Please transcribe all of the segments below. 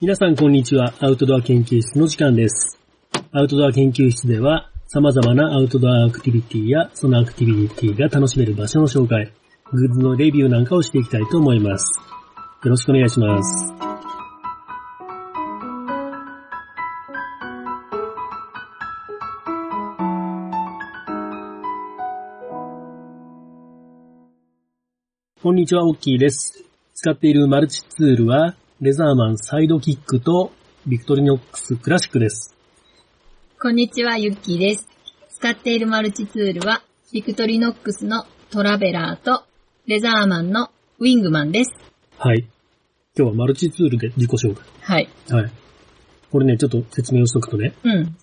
皆さんこんにちは。アウトドア研究室の時間です。アウトドア研究室では様々なアウトドアアクティビティやそのアクティビティが楽しめる場所の紹介、グッズのレビューなんかをしていきたいと思います。よろしくお願いします。こんにちは、オッキーです。使っているマルチツールは、レザーマンサイドキックとビクトリノックスクラシックです。こんにちは、ゆっきーです。使っているマルチツールは、ビクトリノックスのトラベラーと、レザーマンのウィングマンです。はい。今日はマルチツールで自己紹介。はい。はい。これね、ちょっと説明をしとくとね、うん。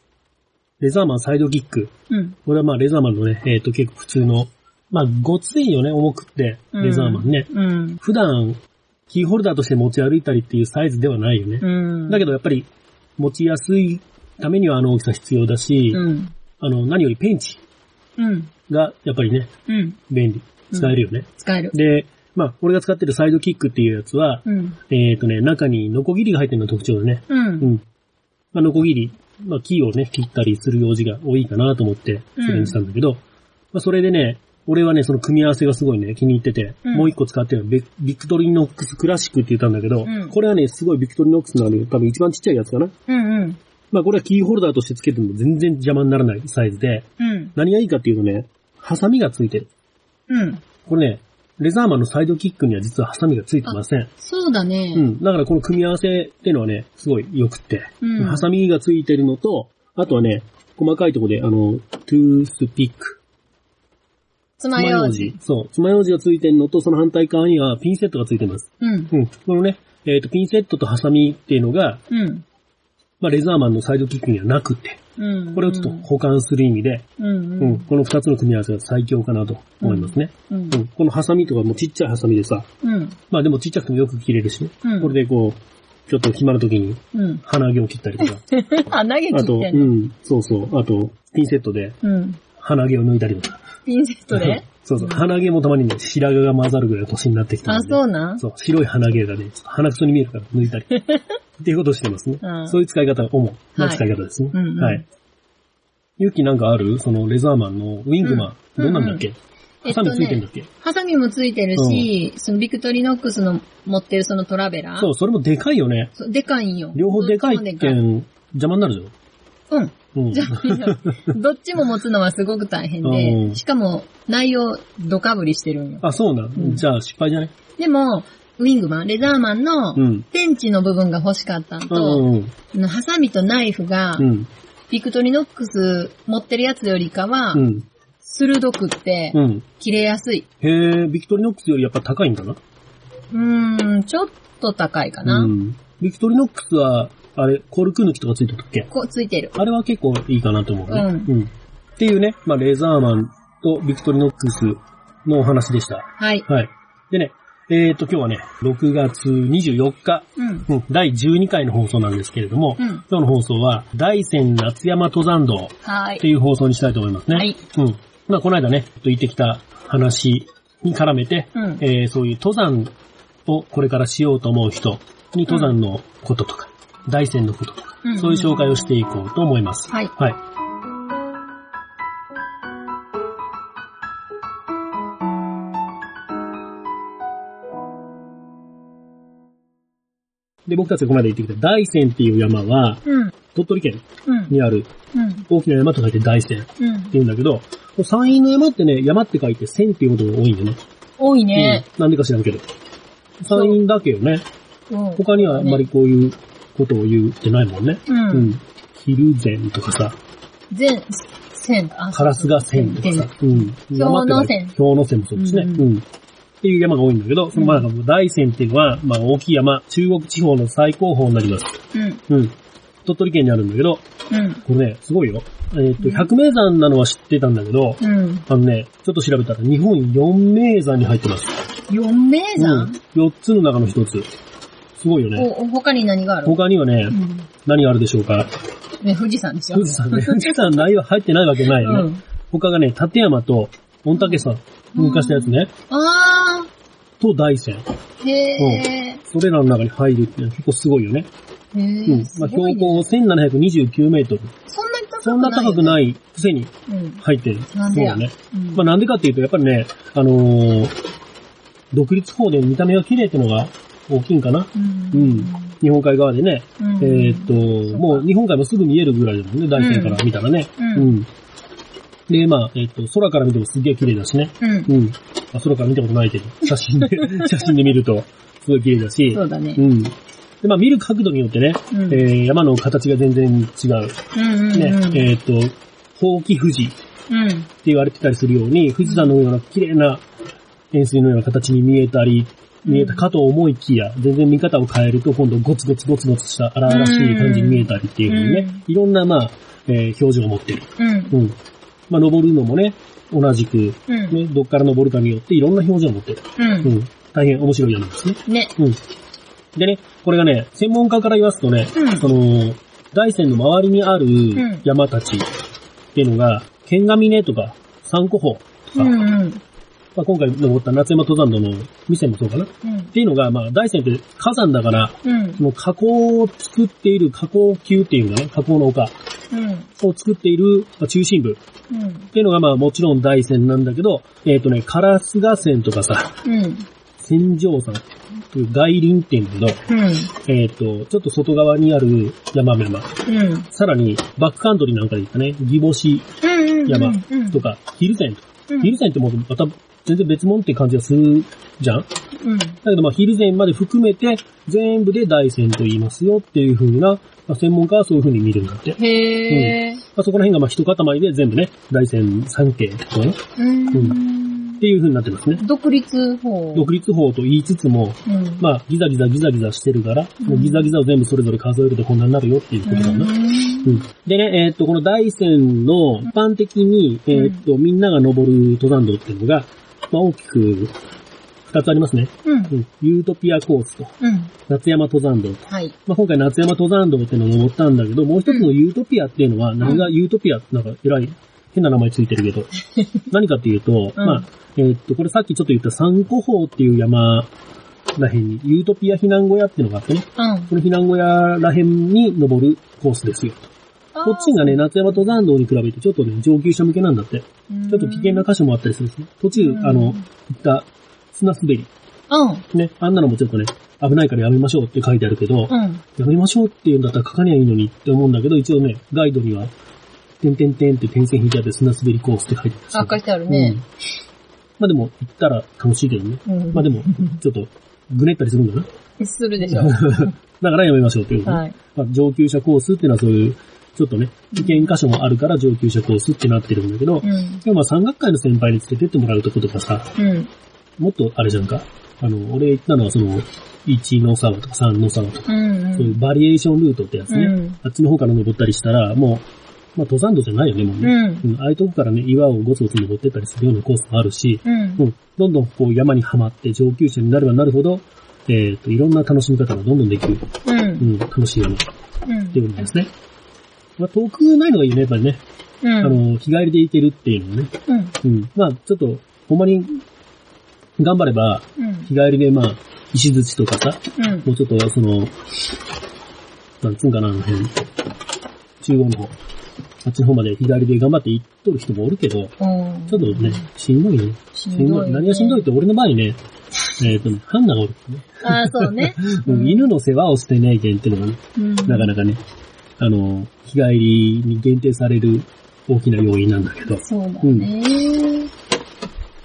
レザーマンサイドキック。うん。これはまあレザーマンのね、えっ、と結構普通の、まあごついよね、重くって、うんレザーマンね。うん。普段、キーホルダーとして持ち歩いたりっていうサイズではないよね。うん。だけどやっぱり、持ちやすいためにはあの大きさ必要だし、うん。あの、何よりペンチうん。がやっぱりね、うん。便利。使えるよね。使える。で、まあ、俺が使ってるサイドキックっていうやつは、うん。えっ、とね、中にノコギリが入ってるのが特徴だね。う。うんん。まあ、ノコギリ、まあ、木をね、切ったりする用事が多いかなと思って、それにしたんだけど、まあ、それでね、俺はね、その組み合わせがすごいね、気に入ってて、うんもう一個使ってるのはビビクトリノックスクラシックって言ったんだけど、うんこれはね、すごいビクトリノックスのね、多分一番ちっちゃいやつかな。うん。うん。まあ、これはキーホルダーとして付けても全然邪魔にならないサイズで、うん。何がいいかっていうとね、ハサミが付いてる。うん。これね、レザーマンのサイドキックには実はハサミが付いてません。そうだうね。ん。だからこの組み合わせっていうのはね、すごい良くって。うんハサミが付いてるのと、あとはね、細かいところで、あの、トゥースピック。爪楊枝。そう。爪楊枝が付いてるのと、その反対側にはピンセットが付いてます。うん。うん。このね、えっ、と、ピンセットとハサミっていうのが、うん。まあ、レザーマンのサイドキックにはなくて、うん。これをちょっと保管する意味で、うん。う。うんん。この二つの組み合わせが最強かなと思いますね。うんう。ん。このハサミとかもちっちゃいハサミでさ、うん。まあでもちっちゃくてもよく切れるしね。うんこれでこう、ちょっと暇な時にうん。鼻毛を切ったりとか。 あ、投げ切あっと、うてんのん、そうそう。あと、ピンセットでうん。鼻毛を抜いたりとか。ピンセットで そうそう。鼻毛もたまにね、白髪が混ざるぐらいの年になってきたあ、ので。そうなんそう。白い鼻毛がね、ちょっと鼻くそに見えるから抜いた り。っていうことをしてますね。うんそういう使い方、主な使い方ですね。はいうんうんはい。ゆうきなんかあるそのレザーマンのウィングマン。うんどんなんだっけ、えハっとサねミついてんだっけ、ハサミもついてるし、そのビクトリノックスの持ってるそのトラベラー。そう、それもでかいよね。そう。でかいんよ。両方でかいっどっちてもでかいん邪魔になるじうん。ゃん。うん。じ ゃあ、どっちも持つのはすごく大変うで、んしかも内容ドカぶりしてるんよ。あ、そうなん。うんじゃあ失敗じゃないでも、ウィングマン、レザーマンのうん。ペンチの部分が欲しかったんうと、ん。あのハサミとナイフがう、ん。ビクトリノックス持ってるやつよりかはう、ん。鋭くってう、ん。切れやすい。へえ、ビクトリノックスよりやっぱ高いんだな。うーん、ちょっと高いかうな。ん。ビクトリノックスは、あれ、コルク抜きとかついてたっけこう、ついてる。あれは結構いいかなと思うね。。うんっていうね、まあ、レザーマンとビクトリノックスのお話でした。はい。はい。でね、えーと、今日はね、6月24日、うん。うん、第12回の放送なんですけれども、うん。今日の放送は、大山夏山登山道はってい。いう放送にしたいと思いますね。はい。うん。まあ、この間ね、ちょっと行ってきた話に絡めて、うん。えーそういう登山をこれからしようと思う人に登山のこととか、大山のこととか、うんそういう紹介をしていこうと思います。はい。はい。で、僕たちがこの間行ってきた大山っていう山は、うん。鳥取県うん。にあるうん。大きな山と書いて大山ってうん。言うんだけど、山陰の山ってね、山って書いて山っていうことが多いんだよね。多いね。うん。なんでか知らんけど。山陰だけよね。うん。他にはあんまりこういうことを言ってないもんね。う。うんん。昼前とかさ、全、線、あ、カラスが線とかさ。うん。山って山っの線てのは氷の線もそうですね。ううんん。っていう山が多いんだけど、そのまあ、大山っていうのは、まあ大きい山、中国地方の最高峰になります。ううん。ん。鳥取県にあるんだけど、うん。これね、すごいよ。えーっと、うん百名山なのは知ってたんだけど、うん。あのね、ちょっと調べたら日本4名山に入ってます。 4名うん山、。 4つの中の1つ。すごいよね。お、お他に何がある他にはね、うん。何があるでしょうかね、富士山でしょ富士山ね。富士山内容入ってないわけないよね。うん。他がね、立山と、御嶽山、うん昔のやつね、あと大山。ー、へー。それらの中に入るっていうのは結構すごいよね。へうえん。すまあ、ごい標ね高1729メートル。そんなに高くない。そんな高くい。ないくせにうん。入ってる。なんでやそうだね。うんまあ、なんでかっていうと、やっぱりね、あのー独立法で見た目が綺麗ってのが大きいんかな。うんうん日本海側でね、うんえーっと、もう日本海もすぐ見えるぐらいだもんね、大山から見たらね。うんうん。で、まあ、えーっと、空から見てもすげえ綺麗だしね。うん。うん。あ、空から見たことないけ ど、写真で、写真で見ると、すごい綺麗だしそ。うだねう。ん。で、まあ見る角度によってね、うん。うんえー山の形が全然違う。うんね、うん。えーっと、ほうき富士ってうん。言われてたりするように、富士山のような綺麗な円錐のような形に見えたり、見えたかと思いきや、全然見方を変えると今度ゴツゴツゴツゴツした荒々しい感じに見えたりっていう風にね、いろんなまあ、えー表情を持ってる。うん。うん。まあ登るのもね、同じく、うん。ね、どっから登るかによっていろんな表情を持ってる。ううん。大変面白い山ですね。ん。ね。うん。でね、これがね、専門家から言わすとね、うんその、大山の周りにあるん山たちっていうのが、剣ヶ峰とか、三古峰とうか、んまうん。あ、今回登った夏山登山道の店もそうかな。っうん。ていうのが、まあ、大山って火山だから、うんそ。の火口を作っている火口級っていうのかな、火口の丘うん。を作っているまあ中心部うん。っていうのが、まあ、もちろん大山なんだけど、えっ、とね、烏賀山とかさ、うん。千丈山という外輪っていうんだけど、うん。えっ、と、ちょっと外側にある山々。うん。さらに、バックカントリーなんかで言ったね、ギボシうん。山うん。とか、ヒルセンとか。うん。ヒルセンってもうまた全然別物って感じがするじゃんだうん。けどまあヒルセンまで含めて、全部で大山と言いますよっていう風な、まあ、専門家はそういう風に見るんだって。まへえ。あ、そこら辺がまあ一塊で全部ね、大山三景とかね、っうん。ていう風になってますね。独立法。独立法と言いつつも、うん。まあギザギザギザギザしてるから、うんギザギザを全部それぞれ数えるとこんなになるよっていうことだな。うんうんでね、えーっと、この大山の一般的に、えーっと、みんなが登る登山道っていうのが、まあ、大きく二つありますね、うんう。んユートピアコースと、うん。夏山登山道と。はい。まあ、今回夏山登山道っていうのを登ったんだけど、もう一つのユートピアっていうのは、何がユートピアってなんか偉い、変な名前ついてるけど、何かっていうと、うんまあ、えーっと、これさっきちょっと言った三古峰っていう山らへんに、ユートピア避難小屋っていうのがあってね、うん。この避難小屋らへんに登るコースですよ。こっちがね、夏山登山道に比べてちょっとね、上級者向けなんだって。ちちょっと危険な箇所もあったりするし、ね、途中、あの、行った砂滑り。うん。ね、あんなのもちょっとね、危ないからやめましょうって書いてあるけど、うん。やめましょうって言うんだったら書かにゃいいのにって思うんだけど、一応ね、ガイドには、てんてんてんって点線引いてあって砂滑りコースって書いてああ、る書いてあるうんね。まあでも、行ったら楽しいけどね。うん。まあでも、ちょっと、ぐねったりするんだな。するでし ょ。だからやめましょうっていう、ね。はい。まあ、上級者コースっていうのはそういう、ちょっとね、危険箇所もあるから上級者コースってなってるんだけど、うん。でもまあ山岳会の先輩につけてってもらうとことかさ、うん。もっとあれじゃんか。あの、俺行ったのはその、1の沢とか3の沢とか、うん。そういうバリエーションルートってやつね。うんあっちの方から登ったりしたら、もう、まあ登山道じゃないよね、もううね。ん。うんああいうとこからね、岩をゴツゴツ登ってったりするようなコースもあるし、うんう。ん、どんどんこう山にはまって上級者になればなるほど、えっ、と、いろんな楽しみ方がどんどんできる、う。うんん、楽しい山ってうん。いうことですね。まあ遠くないのがいいよね、やっぱりね。うん。あの、日帰りで行けるっていうのはね。うん。うん。まあ、ちょっと、ほんまに、頑張れば、うん日。帰りで、まあ、石槌とかさ、うん。もうちょっと、その、なんつうんかな、あの辺、中央の方、あっちの方まで日帰りで頑張って行っとる人もおるけど、うんちょっとね、しんどいね。ししんどい。何がしんどいって、俺の場合ね、えっ、とね、ハンナがおるね。ああ、そう ね。うん犬の世話をしてない限っていうのがね、うん。なかなかね、あの、日帰りに限定される大きな要因なんだけど、そうだね。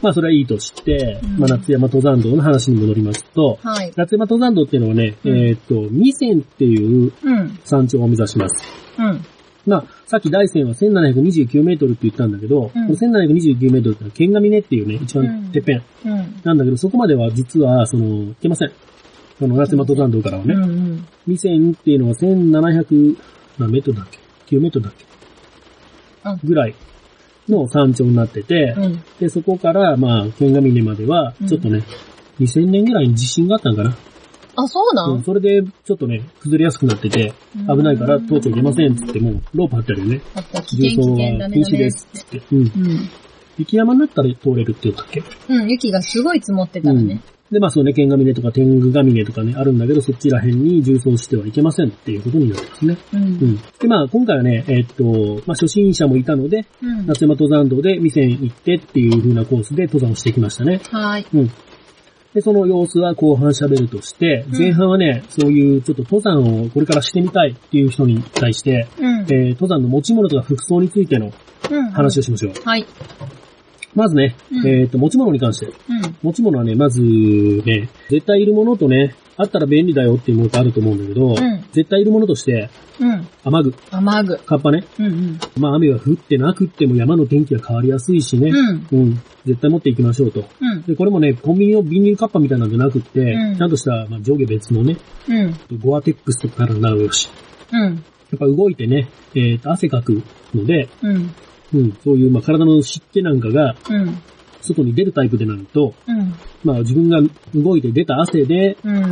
まあそれはいいとして、うんまあ夏山登山道の話に戻りますと、はい。夏山登山道っていうのはね、うんえーっと、二線っていううん。山頂を目指します。うん。まあ、さっき大山は1729メートルって言ったんだけど、うんこの1729メートルってのは剣ヶ峰っていうね、一うん番てっぺんうん。なんだけど、そこまでは実は、その、行けません。この夏山登山道からはうね。ん。二線っていうのは1700何メートルだっけ ?9 メートルだっうんけぐらいの山頂になってて、うん。で、そこから、まあ、剣ヶ峰まではうん、ちょっとね、2000年ぐらいに地震があったんかな。あ、そうなうん、んそれで、ちょっとね、崩れやすくなってて、危ないから、当庁出ませんっつって、もう、ロープ張ってあるよね。あった、危険、危険、ダメ禁ダ止メですっつって。うん。うん。雪山になったら通れるって言ったっけうん、雪がすごい積もってたらね。で、まあそうね、剣が峰とか天狗が峰とかね、あるんだけど、そっちら辺に重装してはいけませんっていうことになってますね。う。うんん。で、まあ今回はね、えっと、まあ初心者もいたので、うん。夏山登山道で店に行ってっていう風なコースで登山をしてきましたね。はーい。うん。で、その様子は後半喋るとして、うん前半はね、そういうちょっと登山をこれからしてみたいっていう人に対して、うんえ。ー登山の持ち物とか服装についてのうん。話をしましょう。はい。まずね、うんえっ、と、持ち物に関して。うん。持ち物はね、まずね、絶対いるものとね、あったら便利だよっていうものってあると思うんだけど、ん絶対いるものとして、うん。雨具、雨具。カッパね。うんうん。まあ雨が降ってなくっても山の天気が変わりやすいしね、うん。うん、絶対持っていきましょうと。うん。で、これもね、コンビニのビニールカッパみたいなんじゃなくって、うんちゃんとした、まあ、上下別のね、うん。ゴアテックスとかからなるし、うん。やっぱ動いてね、えっ、と、汗かくので、うん。うん、そういう、まあ、体の湿気なんかがうん。外に出るタイプでないと、うん。まあ、自分が動いて出た汗で、うん。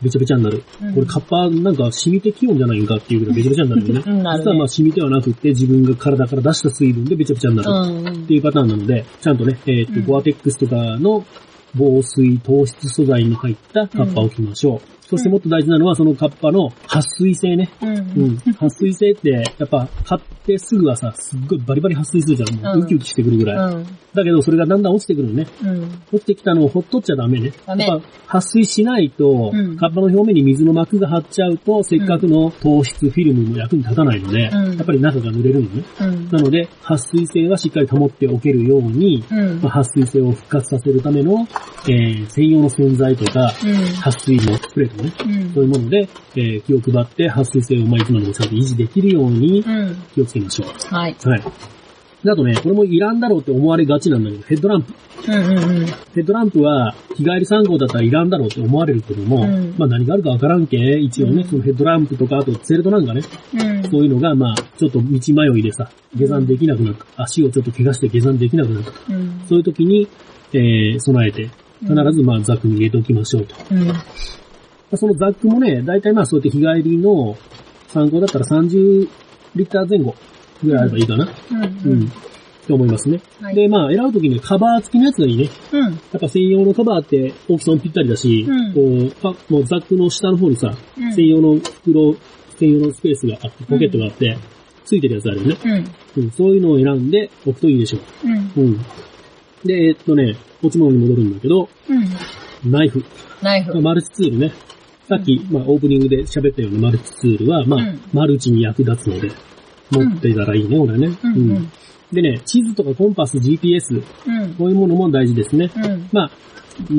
べちゃべちゃになる。うん。これ、カッパなんか染みて気温じゃないんかっていうぐらいべちゃべちゃになるよねうんなるね実はまあ、染みてはなくって、自分が体から出した水分でべちゃべちゃになる。うんっていうパターンなので、ちゃんとね、えっ、と、うんゴアテックスとかの防水、糖質素材の入ったカッパを着ましょう。そしてもっと大事なのは、そのカッパの撥水性ね。う。うんん。撥水性って、やっぱ、買ってすぐはさ、すっごいバリバリ撥水するじゃん。もううんウキウキしてくるぐらい。うん。だけど、それがだんだん落ちてくるのね。うん。落ちてきたのをほっとっちゃダメね。ダメやっぱ、撥水しないと、うんカッパの表面に水の膜が張っちゃうと、せっかくの糖質、フィルムも役に立たないので、うんやっぱり中が濡れるのね。うん。なので、撥水性はしっかり保っておけるように、うん。まあ撥水性を復活させるための、えー専用の洗剤とか、撥水のスプレーとかね、うん。そういうもので、えー気を配って撥水性をまあいつまでもちゃんと維持できるようにうん。気をつけましょう。はい。はい。であとね、これもいらんだろうって思われがちなんだけど、ヘッドランプ。うんうんヘッドランプは、日帰り3号だったらいらんだろうって思われるけども、うんまあ何があるかわからんけ、一応うね、んそのヘッドランプとか、あとツェルトなんかね、うん。そういうのが、まあ、ちょっと道迷いでさ、下山できなくなった。足をちょっと怪我して下山できなくなった。うん。そういう時に、えー、備えて、必ず、まあ、ザックに入れておきましょうと。まうん。あそのザックもね、大体まあ、そうやって日帰りの参考だったら30リッター前後ぐらいあればいいかな。うん。うん。うん。って思いますね。はいで、まあ、選ぶ時にカバー付きのやつがいいね。うやん。っぱ専用のカバーって大きさもぴったりだし、うんこう、パもうザックの下の方にさ、うん専用の袋、専用のスペースがあって、ポケットがあって、付いてるやつあるよね。うん。うん、そういうのを選んでおくといいでしょうん。う。うん。で、えっとね、持ち物に戻るんだけど、うん。ナイフ。ナイフ。マルチツールね。さっき、まあ、オープニングで喋ったようなマルチツールは、まあ、うんマルチに役立つので、持ってたらいいね、俺ね、うんうん。でね、地図とかコンパス、GPS、うん。こういうものも大事ですね。うん。まあ、うー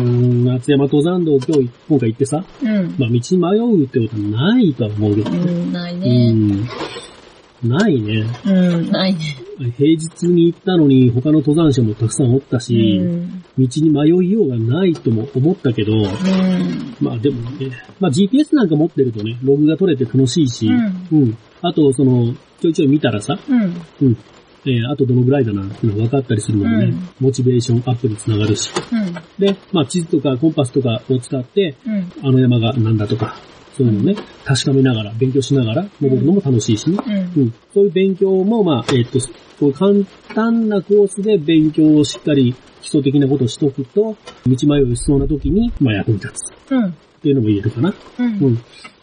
ん、夏山登山道今日、今回行ってさ、うん。まあ、道に迷うってことないとは思うけどう、ん。ないね。うん。ないね。うん。ないね。平日に行ったのに他の登山者もたくさんおったうし、ん。道に迷いようがないとも思ったけど、うん。まあでもね、まあ GPS なんか持ってるとね、ログが取れて楽しいし、ううん。あと、その、ちょいちょい見たらさ、うん。うん。えー、あとどのぐらいだなっていうのが分かったりするのでね、モチベーションアップにつながるし。うん。で、まあ地図とかコンパスとかを使って、うん。あの山がなんだとか、そういうのをね、確かめながら、勉強しながら登るのも楽しいしね。うんう。ん。そういう勉強も、まあ、えっ、と、こう簡単なコースで勉強をしっかり基礎的なことをしとくと、道迷いしそうな時に、まあ役に立つ。うん。っていうのも言えるかな。うん。うん。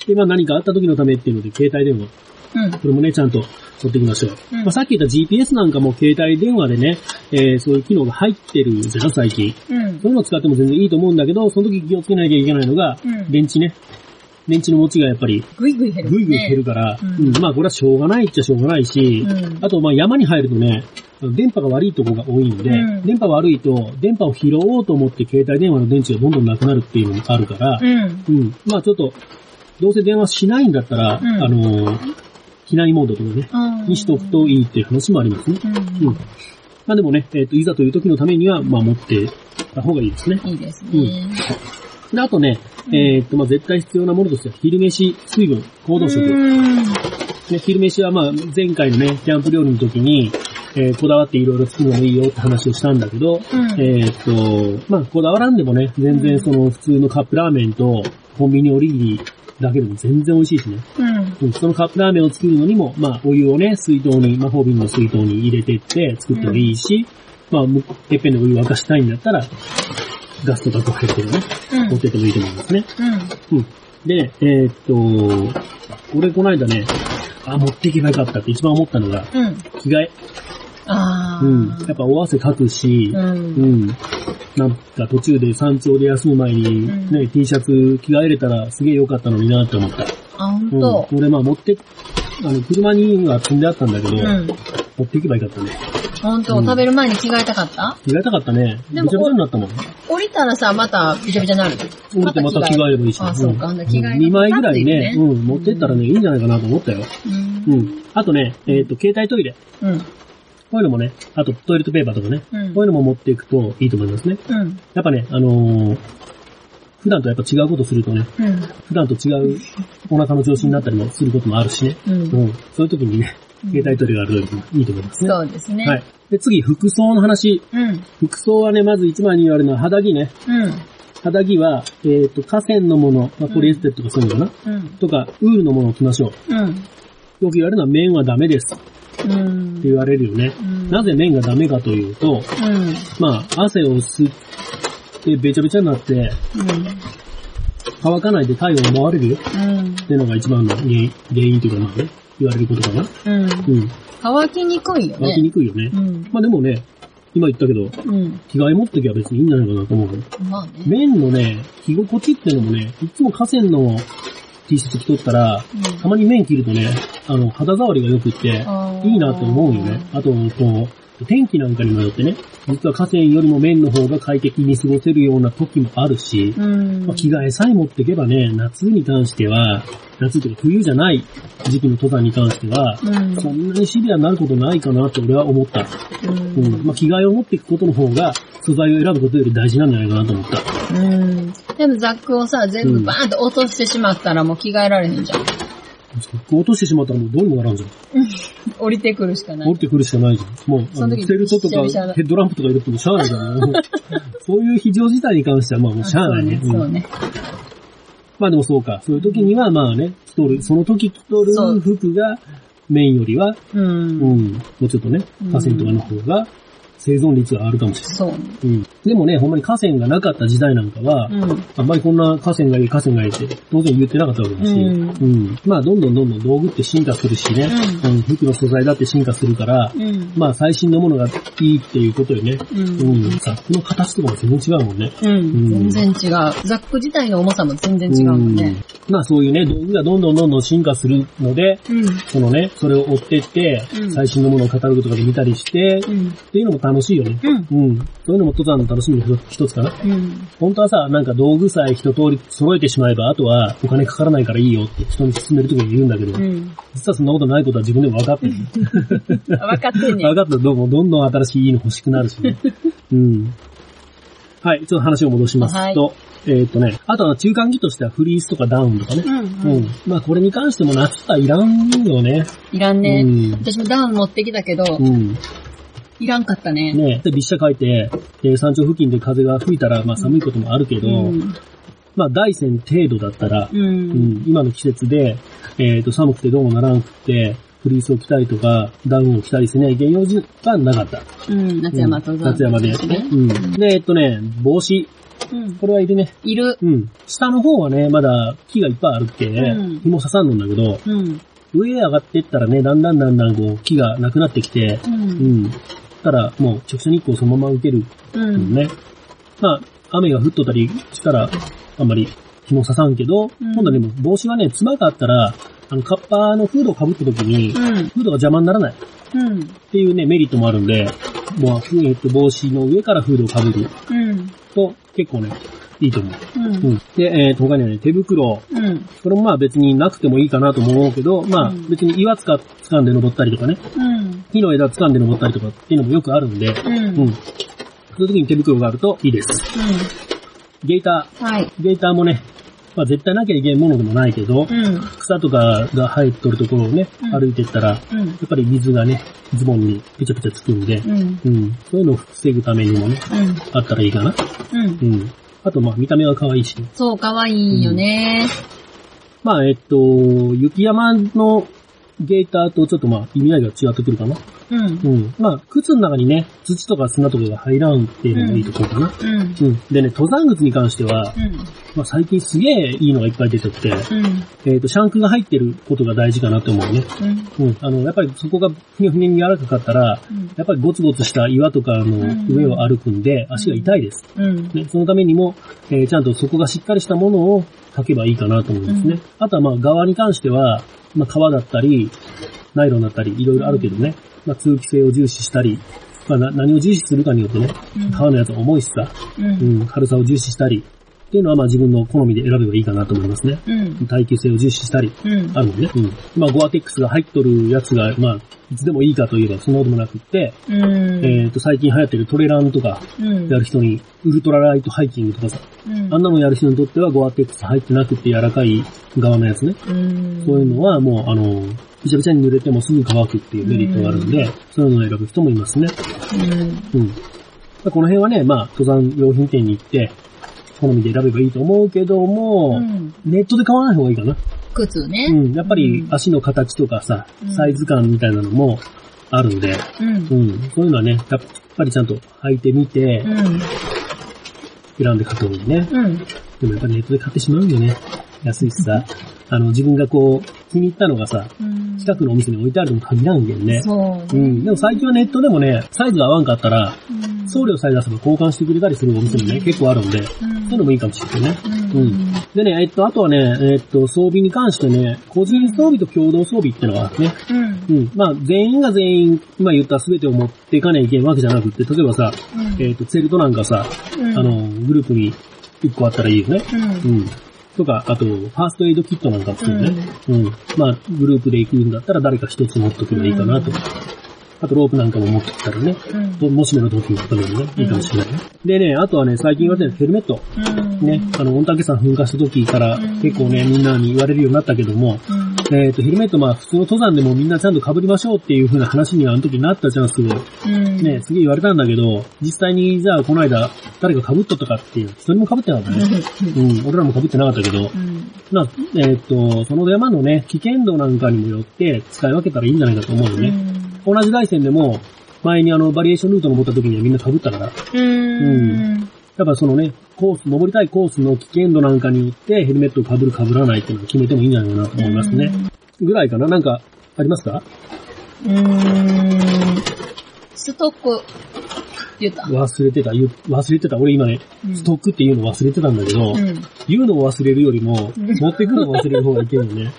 で、まあ何かあった時のためっていうので、携帯電話。うん。これもね、ちゃんと取っていきましょう。うんまあさっき言った GPS なんかも携帯電話でね、えー、そういう機能が入ってるじゃん、最近。うんそ。ういうのを使っても全然いいと思うんだけど、その時気をつけなきゃいけないのが、うん電池ね。電池の持ちがやっぱり、ぐいぐい減る。ぐいぐい減るから、うんうんまあこれはしょうがないっちゃしょうがないし、うんあとまあ山に入るとね、電波が悪いとこが多いので、うん電波悪いと、電波を拾おうと思って携帯電話の電池がどんどんなくなるっていうのもあるから、うん。うん。まあちょっと、どうせ電話しないんだったら、うんあのー、機内モードとかね、うん。にしとくといいっていう話もありますね。ううん。ん。まあでもね、えっ、と、いざという時のためには、まあ持ってた方がいいですね。いいですね。で、あとね、うんえっ、と、まあ絶対必要なものとしては、昼飯、水分、行動食。うん。ね、昼飯はまあ前回のね、キャンプ料理の時に、えーこだわっていろいろ作るのもいいよって話をしたんだけど、うんえーっと、まあこだわらんでもね、全然その普通のカップラーメンとコンビニおにぎりだけでも全然美味しいしね。うん。うんそのカップラーメンを作るのにも、まあお湯をね、水筒に、魔法瓶の水筒に入れてって作ってもいいし、まあむてっぺんでお湯沸かしたいんだったら、ガストとか入ってるね。うん。持ってってもいいと思いますね。うん。うん。で、えーっと、俺この間ね、あ、持っていけばよかったって一番思ったのが、うん。着替え。ああ。うん。やっぱお汗かくし、うん。うん。なんか途中で山頂で休む前にう、んね、T シャツ着替えれたらすげえ良かったのになって思った。あ、ほんうん。と。俺まあ持って、あの、車には積んであったんだけど、うん。持っていけばよかったね。ほんと、うん食べる前に着替えたかった着替えたかったね。びちでゃびもちゃになったもん。降りたらさ、またびちゃびちゃになる。俺ってまた着替えればいいし。あそうかん着替えが2枚ぐらいね、立つうよねん、持ってったらね、いいんじゃないかなと思ったよ。う。うんん。あとね、えっと、携帯トイレ。うん。こういうのもね、あとトイレットペーパーとかね、うんこういうのも持っていくといいと思いますね。うん。やっぱね、あのー普段とやっぱ違うことするとね、うん。普段と違うお腹の調子になったりもすることもあるしね。うんうん。そういう時にね、携帯トイレがあるといいと思いますね。そうですね。はい。で、次、服装の話。うん。服装はね、まず一番に言われるのは肌着ね。うん。肌着は、えっ、と、河川のもの、まあ、ポリエステルとかそういうのかな、うん。とか、ウールのものを着ましょうん。う。よく言われるのは綿はダメですってうん。言われるよね。うんなぜ綿がダメかというと、うん。まあ、汗を吸ってべちゃべちゃになって、うん。乾かないで体温を回れるようん。っていうのが一番の原因原因というかまあね、言われることかな。うんうん。乾きにくいよ乾きね。にくいよね。うん。まあでもね、今言ったけど、うん。着替え持ってきゃ別にいいんじゃないかなと思うよ。まあね。綿のね、着心地っていうのもね、いつも河川の T シャツ着とったら、うんたまに綿着るとね、あの、肌触りが良くってあ、ーいいなと思うよね。あと、こう、天気なんかにもよってね、実は河川よりも綿の方が快適に過ごせるような時もあるし、うんまあ着替えさえ持っていけばね、夏に関しては、夏というか冬じゃない時期の登山に関しては、うんそんなにシビアになることないかなと俺は思った。ううんん。まあ、着替えを持っていくことの方が、素材を選ぶことより大事なんじゃないかなと思った。うん。でもザックをさ、全部バーンと落としてしまったらもう着替えられへんじゃん。落としてしまったらもうどうにもならんじゃん。降りてくるしかな降いり。てくるしかないじゃん。もう、その時ステルトとびっしゃかびしゃだヘッドランプとか入れてもしゃあないじゃん。もう そういう非常事態に関しては、まあもうしゃあないね。そうね。そううんねまあでもそうか。そういう時には、まあね、着とる、その時着とるそう服が、メインよりは、う。うんん、もうちょっとね、河川とかの方が生存率があるかもしれない。そうね。うん。でもね、ほんまに河川がなかった時代なんかは、うん。あんまりこんな河川がいい、河川がいいって当然言ってなかったわけだし、うんうんまあどんどんどんどん道具って進化するしね、うん服の素材だって進化するから、うん。まあ最新のものがいいっていうことよね。う。うんん。さ、服の形とかも全然違うもんね。うん。全然違う。ザック自体の重さも全然違うもんね。うんまあそういうね、道具がどんどんどんどん進化するので、うん。そのね、それを追ってって、うん最新のものをカタログとかで見たりして、うん。っていうのも楽しいよね。うん。うん。そういうのも登山の楽しみの一つかな。うん。本当はさ、なんか道具さえ一通り揃えてしまえば、あとはお金かからないからいいよって人に勧めるときに言うんだけど、うん。実はそんなことないことは自分でも分かってる。分かってんね分。かったらどうもどんどん新しいいいの欲しくなるし ね。うん。はい、ちょっと話を戻しますと、えーっとね、あとは中間着としてはフリースとかダウンとかね。うん。う。うんん。まあこれに関しても夏はいらんよね。いらんねう。ん。私もダウン持ってきたけど、うん。いらんかったね。ねで、びっしゃ書いて、えー山頂付近で風が吹いたら、まあ寒いこともあるけど、うん。まあ大山程度だったら、う。うんん、今の季節で、えっと寒くてどうもならんくって、フリースを着たりとか、ダウンを着たりせない原用時はなかった。うん。夏山登山。夏山で。うん。で、えっとね、帽子。うん。これはいるね。いる。うん。下の方はね、まだ木がいっぱいあるって、うん紐刺さんのんだけど、うん。上へ上がってったらね、だんだんだんだんこう、木がなくなってきて、う。うんん。たら、もう直射日光をそのまま受けるうけどん。ね。まあ、雨が降っとったりしたら、あんまり日も刺さんけど、うん今度はね、帽子はね、つまがあったら、あの、カッパのフードを被った時に、うん。フードが邪魔にならないっうん。ていうね、メリットもあるんで、もう、ふえっと、帽子の上からフードを被るうん。と、結構ね、いいと思う。うんうん。で、えっと、他にはね、手袋。うん。これもまあ別になくてもいいかなとも思うけど、まあうん別に岩つか、掴んで登ったりとかね、うん。木の枝掴んで登ったりとかっていうのもよくあるんで、う。うんん。そういう時に手袋があるといいです。ゲーター。はい。ゲーターもね、まあ絶対なきゃいけんものでもないけど、うん。草とかが生えとるところをね、うん歩いてったら、やうん。っぱり水がね、ズボンにぺちゃぺちゃつくんで、うん。うん。そういうのを防ぐためにもね、うん。あったらいいかな。うんう。ん。あと、まあ、見た目は可愛いし。そう、かわいいよね。まあ、えっと、雪山のゲーターとちょっとまあ、意味合いが違ってくるかな。うんう。ん。まあ、靴の中にね、土とか砂とかが入らんっていうのがいいところかな。うん。うん。でね、登山靴に関しては、うん。まあ最近すげえいいのがいっぱい出てきて、うん。えっ、と、シャンクが入ってることが大事かなと思うね。うん。うん。あの、やっぱりそこがふにゃふにゃに柔らかかったら、うん。やっぱりゴツゴツした岩とかの上を歩くんで、足が痛いです。うん。ね、そのためにも、えーちゃんとそこがしっかりしたものを履けばいいかなと思うんですね。うんあとはまあ側に関しては、まあ革だったり、ナイロンだったり、いろいろあるけどね、まあ通気性を重視したり、まあな何を重視するかによってね、革のやつは重いしさ、う。うんん、軽さを重視したり、っていうのはまあ自分の好みで選べばいいかなと思いますね。うん。耐久性を重視したり、うん。あるのね。うん。まあゴアテックスが入っとるやつが、まあ、いつでもいいかといえばそんなこともなくって、うん。えっ、と、最近流行ってるトレランとかうん。やる人に、ウルトラライトハイキングとかさ、うん。あんなのやる人にとってはゴアテックス入ってなくて柔らかい側のやつね。うん。そういうのはもう、あの、びちゃびちゃに濡れてもすぐ乾くっていうメリットがあるんで、そういうのを選ぶ人もいますね。うん。うん。まあこの辺はね、まあ、登山用品店に行って、好みで選べばいいと思うけども、うん。ネットで買わない方がいいかな。靴ね。うん。やっぱりうん足の形とかさうん、サイズ感みたいなのもあるんで、うんう。ん。そういうのはね、やっぱりちゃんと履いてみてう、ん。選んで買った方がいいね。うん。でもやっぱネットで買ってしまうんよね。安いしさ。あの、自分がこう、気に入ったのがさ、うん。近くのお店に置いてあるのも限らんけんね。そうう。ん。でも最近はネットでもね、サイズが合わんかったら、うん。送料さえ出せば交換してくれたりするお店もね、結構あるんで、そうういうのもいいかもしれないね。ん。うん。でね、えっと、あとはね、えっと、装備に関してね、個人装備と共同装備ってのがあってね、うん。うん。まあ、全員が全員、今言った全てを持っていかないけんわけじゃなくって、例えばさ、えっと、ツェルトなんかさ、うん。あ、の、グループに1個あったらいいよね。う。うんん。とか、あと、ファーストエイドキットなんかっていうね。うん。まあ、グループで行くんだったら誰か一つ持っとけばいいかなと。うんあと、ロープなんかも持っときたらね。うん。もし目の時に行ったらね、いいかもしれないね。でね、あとはね、最近言われてるヘルメット。うん。ね、あの、御嶽山噴火した時からうん結構ね、みんなに言われるようになったけども、うん。えっ、と、ヘルメットまあ普通の登山でもみんなちゃんと被りましょうっていう風な話にはあの時なったじゃんすけど、うん。ね、すげえ言われたんだけど、実際にじゃあこの間誰か被っとったかっていう、一人も被ってなかったね。うん、俺らも被ってなかったけど、うん。まあ、えっ、と、その山のね、危険度なんかにもよって使い分けたらいいんじゃないかと思うようね。ん。同じ大山でも、前にあの、バリエーションルート登った時にはみんな被ったから、やうん。っぱそのね、コース、登りたいコースの危険度なんかによってヘルメットを被る被らないっていうのを決めてもいいんじゃないかなと思いますね。。ぐらいかななんか、ありますかうん。ストック、言った。忘れてた、言う忘れてた。俺今ね、ストックっていうの忘れてたんだけど、うん。言うのを忘れるよりも、うん持ってくるのを忘れる方がいけるよ ね。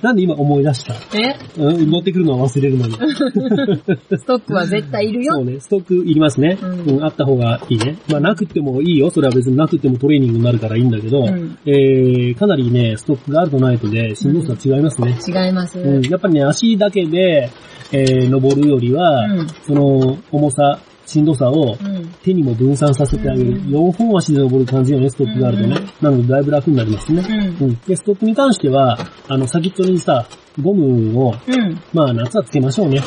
なんで今思い出した、えうん、持ってくるのは忘れるのに。ストックは絶対いるそう。よね、ストックいりますね。ううんん、あった方がいいね。まあ、なくてもいいよ。それは別になくてもトレーニングになるからいいんだけど、うんえー、かなりね、ストックがあるとないとで、しんどさ違いますね。違います。うん、やっぱりね、足だけで、えー、登るよりは、うんその、重さ、しんどさを、うん。手にも分散させてあげる。うん4本足で登る感じのね、ストックがあるとね。なので、だいぶ楽になりますね。うん。うん。で、ストックに関しては、あの、先っちょにさ、ゴムを、うん。まあ、夏はつけましょうね。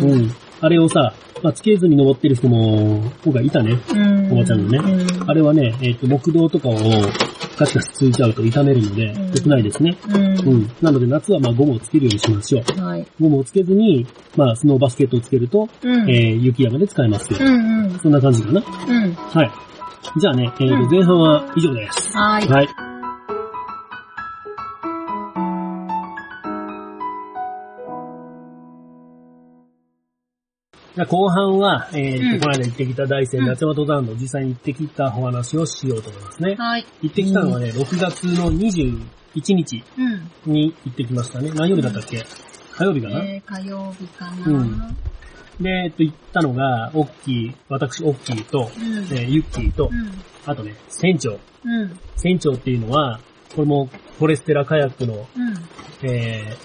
うん。うん。あれをさ、まあ、つけずに登ってる人も、今回いたね。うん。おばちゃんのねうん。あれはね、えっ、と、木道とかをガチガチついちゃうと痛めるのでうん、良くないですね。う。うんん。なので夏はまあゴムをつけるようにしましょう。はい。ゴムをつけずに、まあスノーバスケットをつけると、うん。えー、雪山で使えますよう。んうん。そんな感じかな。うん。はい。じゃあね、えーうんと、前半は以上です。はい。はい。じゃあ後半は、えーとうんこの間行ってきた大う山ん夏山登山の実際に行ってきたお話をしようと思いますね。はい。行ってきたのはね、6月の21日うん。に行ってきましたね。何曜日だったっけ火曜日かな、えー、火曜日かな。うんで、えっと、行ったのが、オッキー、私、オッキーと、うんえーユッキーとう、ん。あとね、船長。うん。船長っていうのは、これも、フォレステラカヤックの、うん。え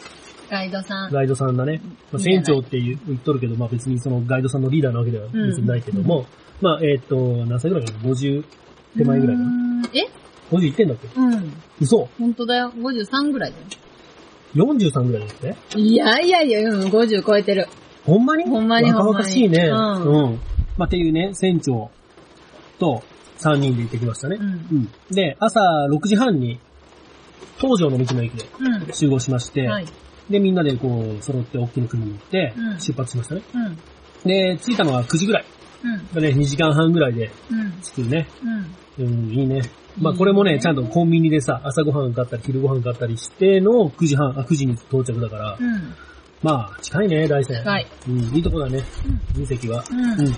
ガイドさー、ん。ガイドさんだね。まあ、いいじゃ船ない長っていう言っとるけど、まあ別にそのガイドさんのリーダーなわけでは別にないけども、まあえっと、何歳ぐらいかな ?50 手前ぐらいかうな。んえ50いってんだっけうん。嘘本当だよ。53ぐらいだよ。 ?43 ぐらいだっていやいやいや、うん、50超えてる。ほんまにほんまに若々しいね。ほんまにうん。まあっていうね、船長と3人で行ってきましたねう。。うんん。で、朝6時半に、東条の道の駅でう集合しまして、ん。はい。で、みんなでこう、揃って大きな車に乗ってう、ん出発しましたね。うん。で、着いたのは9時ぐらい。うん。だね、2時間半ぐらいでうん。着くね。うん。うん、いいね。まあこれもね、ちゃんとコンビニでさ、朝ごはん買ったり、昼ごはん買ったりしての9時半、あ、9時に到着だから、うん。まあ近いね、大山。近い。うん、いいとこだね、隕石は。うん。うんう。ん。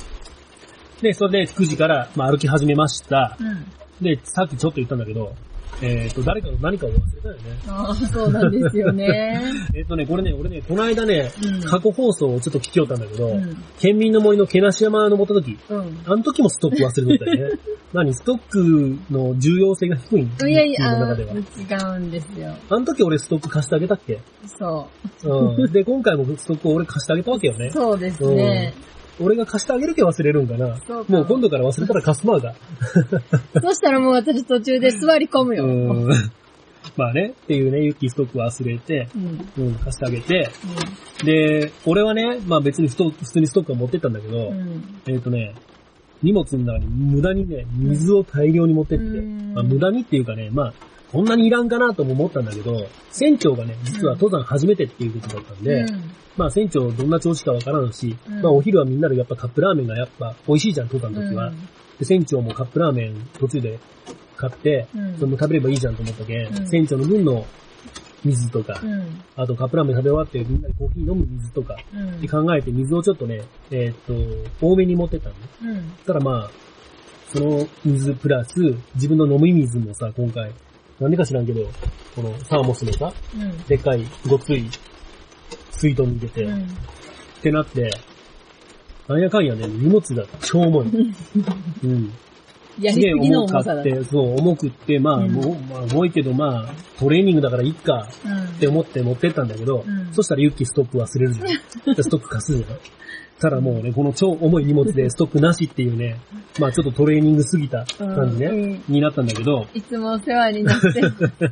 で、それで9時から、まあ、歩き始めました。うん。で、さっきちょっと言ったんだけど、えっ、と、誰かの何かを忘れたよね。ああ、そうなんですよね。えっ、とね、これね、俺ね、この間ね、うん。過去放送をちょっと聞きよったんだけど、うん。県民の森のけなし山登った時、うん。あの時もストック忘れとった よね。何ストックの重要性が低いんいやいや、君のあ中では。ー違うんですよ。あの時俺ストック貸してあげたっけそうん。で、今回もストックを俺貸してあげたわけよう。ね。そうですね。俺が貸してあげるけ忘れるんかな。そうかもう今度から忘れたら貸すまうが。そうしたらもう私途中で座り込むよ。うん。うん まあね、っていうね、ユッキーストック忘れて、うん。うん、貸してあげて、で、俺はね、まあ別にスト普通にストックは持ってったんだけど、うん。えっ、とね、荷物の中に無駄にね、水を大量に持ってって、うんまあ無駄にっていうかね、まあ、こんなにいらんかなとも思ったんだけど、船長がね、実は登山初めてっていうことだったんで、うんまあ船長どんな調子かわからんし、うんまあお昼はみんなでやっぱカップラーメンがやっぱ美味しいじゃん、登山の時は、で。船長もカップラーメン途中で買って、うんそれも食べればいいじゃんと思ったけ、うんん、船長の分の水とか、うん。あとカップラーメン食べ終わってみんなでコーヒー飲む水とか、うん。って考えて水をちょっとね、えーっと、多めに持ってたのね。うん。ただまあ、その水プラス、自分の飲み水もさ、今回、なんでか知らんけど、このサーモスのさ、うん。でっかいごつい水筒に入れて、うっん。てなって、なんやかんやね、荷物が超重い。うん。やすりげえすぎの重か重さだ。っうん。て、そう、重くって、まあ、うんもうまあ重いけど、まあ、トレーニングだからいっかって思って持ってったんだけど、うんそしたらユッキーストック忘れる じゃん。でストック貸すじゃん。ただもうね、この超重い荷物でス トックなしっていうね、まあちょっとトレーニングすぎた感じね、うんうんになったんだけど、いつもお世話になって。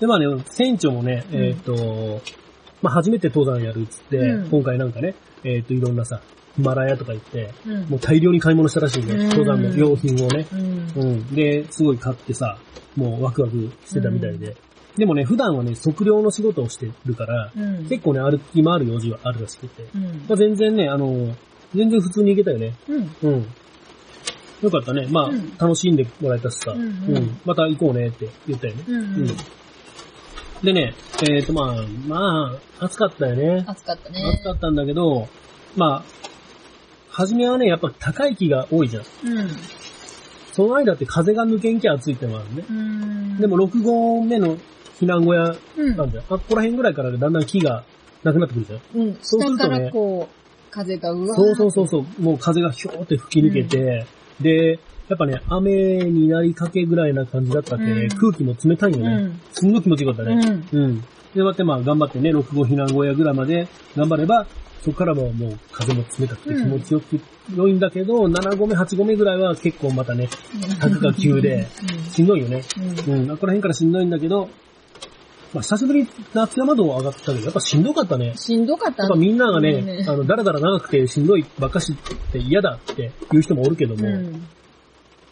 でまあね、船長もね、うんえーっ、と、まあ初めて登山やるっつって、うん今回なんかね、えーっ、といろんなさ、マラヤとか行って、うんもう大量に買い物したらしいね、うん登山の用品をね。うん。うん。で、すごい買ってさ、もうワクワクしてたみたいで。でもね、普段はね、測量の仕事をしてるから、うん。結構ね、歩き回る用事はあるらしくて。うんまあ、全然ね、あの、全然普通に行けたよね。うん。うん。よかったね。まあ、うん楽しんでもらえたしさ、ううんん、うんまた行こうねって言ったよね。うんうん。でね、えっ、とまあ、まあ、暑かったよね。暑かったね。暑かったんだけど、まあ、初めはね、やっぱ高い木が多いじゃん。うん。その間って風が抜けんきゃ暑いってのがあるね。うん。でも、6号目の避難小屋うんなんだよ。あ、ここら辺ぐらいからねだんだん木がなくなってくるじゃん。うん。そうす下るかとねらこう、風がうわーそうそうそうそう、もう風がひょーって吹き抜けて、で、やっぱね、雨になりかけぐらいな感じだったっけ、うん空気も冷たいようね。ん。すんごい気持ちよかったうね。ん。うん。で、待ってまあ頑張ってね、6号避難小屋ぐらいまで頑張れば、そこからももう風も冷たくて気持ちよく、良いんだけど、7合目、8合目ぐらいは結構またね、風が急で、しんどいよね。うん。うん、あここら辺からしんどいんだけど、まあ久しぶりに夏山道上がったけど、やっぱしんどかったね。しんどかったやっぱみんながね、ねあの、だらだら長くてしんどいばっかしって嫌だって言う人もおるけども、うん。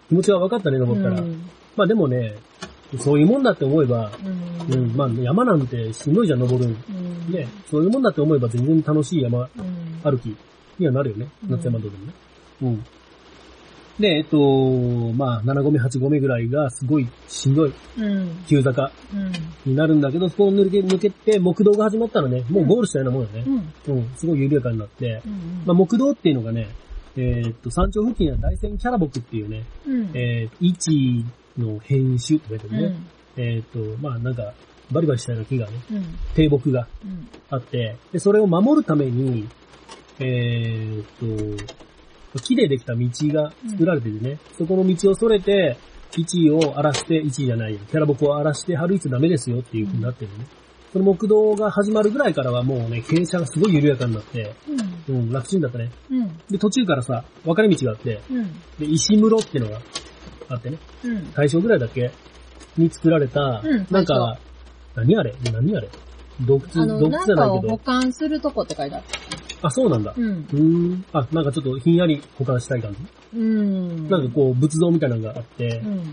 気持ちは分かったね、う登ったら。ん。まあでもね、そういうもんだって思えば、うんう。ん、まあ山なんてしんどいじゃん、登るん。うん。ね、そういうもんだって思えば全然楽しい山うん。歩きにはなるよね、うん夏山道でもね。うん。で、えっと、まあ、7合目、8合目ぐらいがすごいしんどいうん。急坂うん。になるんだけど、そこを抜け抜けて、木道が始まったらね、もうゴールしたようなもんよねう。ん。うん、すごい緩やかになって、うん。まあ、木道っていうのがね、えーっと、山頂付近には大山キャラボクっていうね、うん。えー、位置の変種って書いてあうるね。ん。えーっと、まあなんか、バリバリしたような木がね、うん。低木がうん。あって、で、それを守るために、えーっと、木でできた道が作られててね、そこの道をそれて、1位を荒らして、1位じゃないよ。キャラボクを荒らして歩いちゃダメですよっていう風になってるのね。その木道が始まるぐらいからはもうね、傾斜がすごい緩やかになって、うん。うん、楽ちんだったね。うん。で、途中からさ、分かれ道があって、うん。で、石室ってのがあってね、うん。大正ぐらいだっけに作られた、うんなんか、何あれ何あれ洞あ窟、の、洞窟じゃ中ないをけ保ど。管するとこって書いてある。あ、そうなんだ。うん。うーん。あ、なんかちょっとひんやり保管したい感じ。うん。なんかこう、仏像みたいなのがあってう、ん。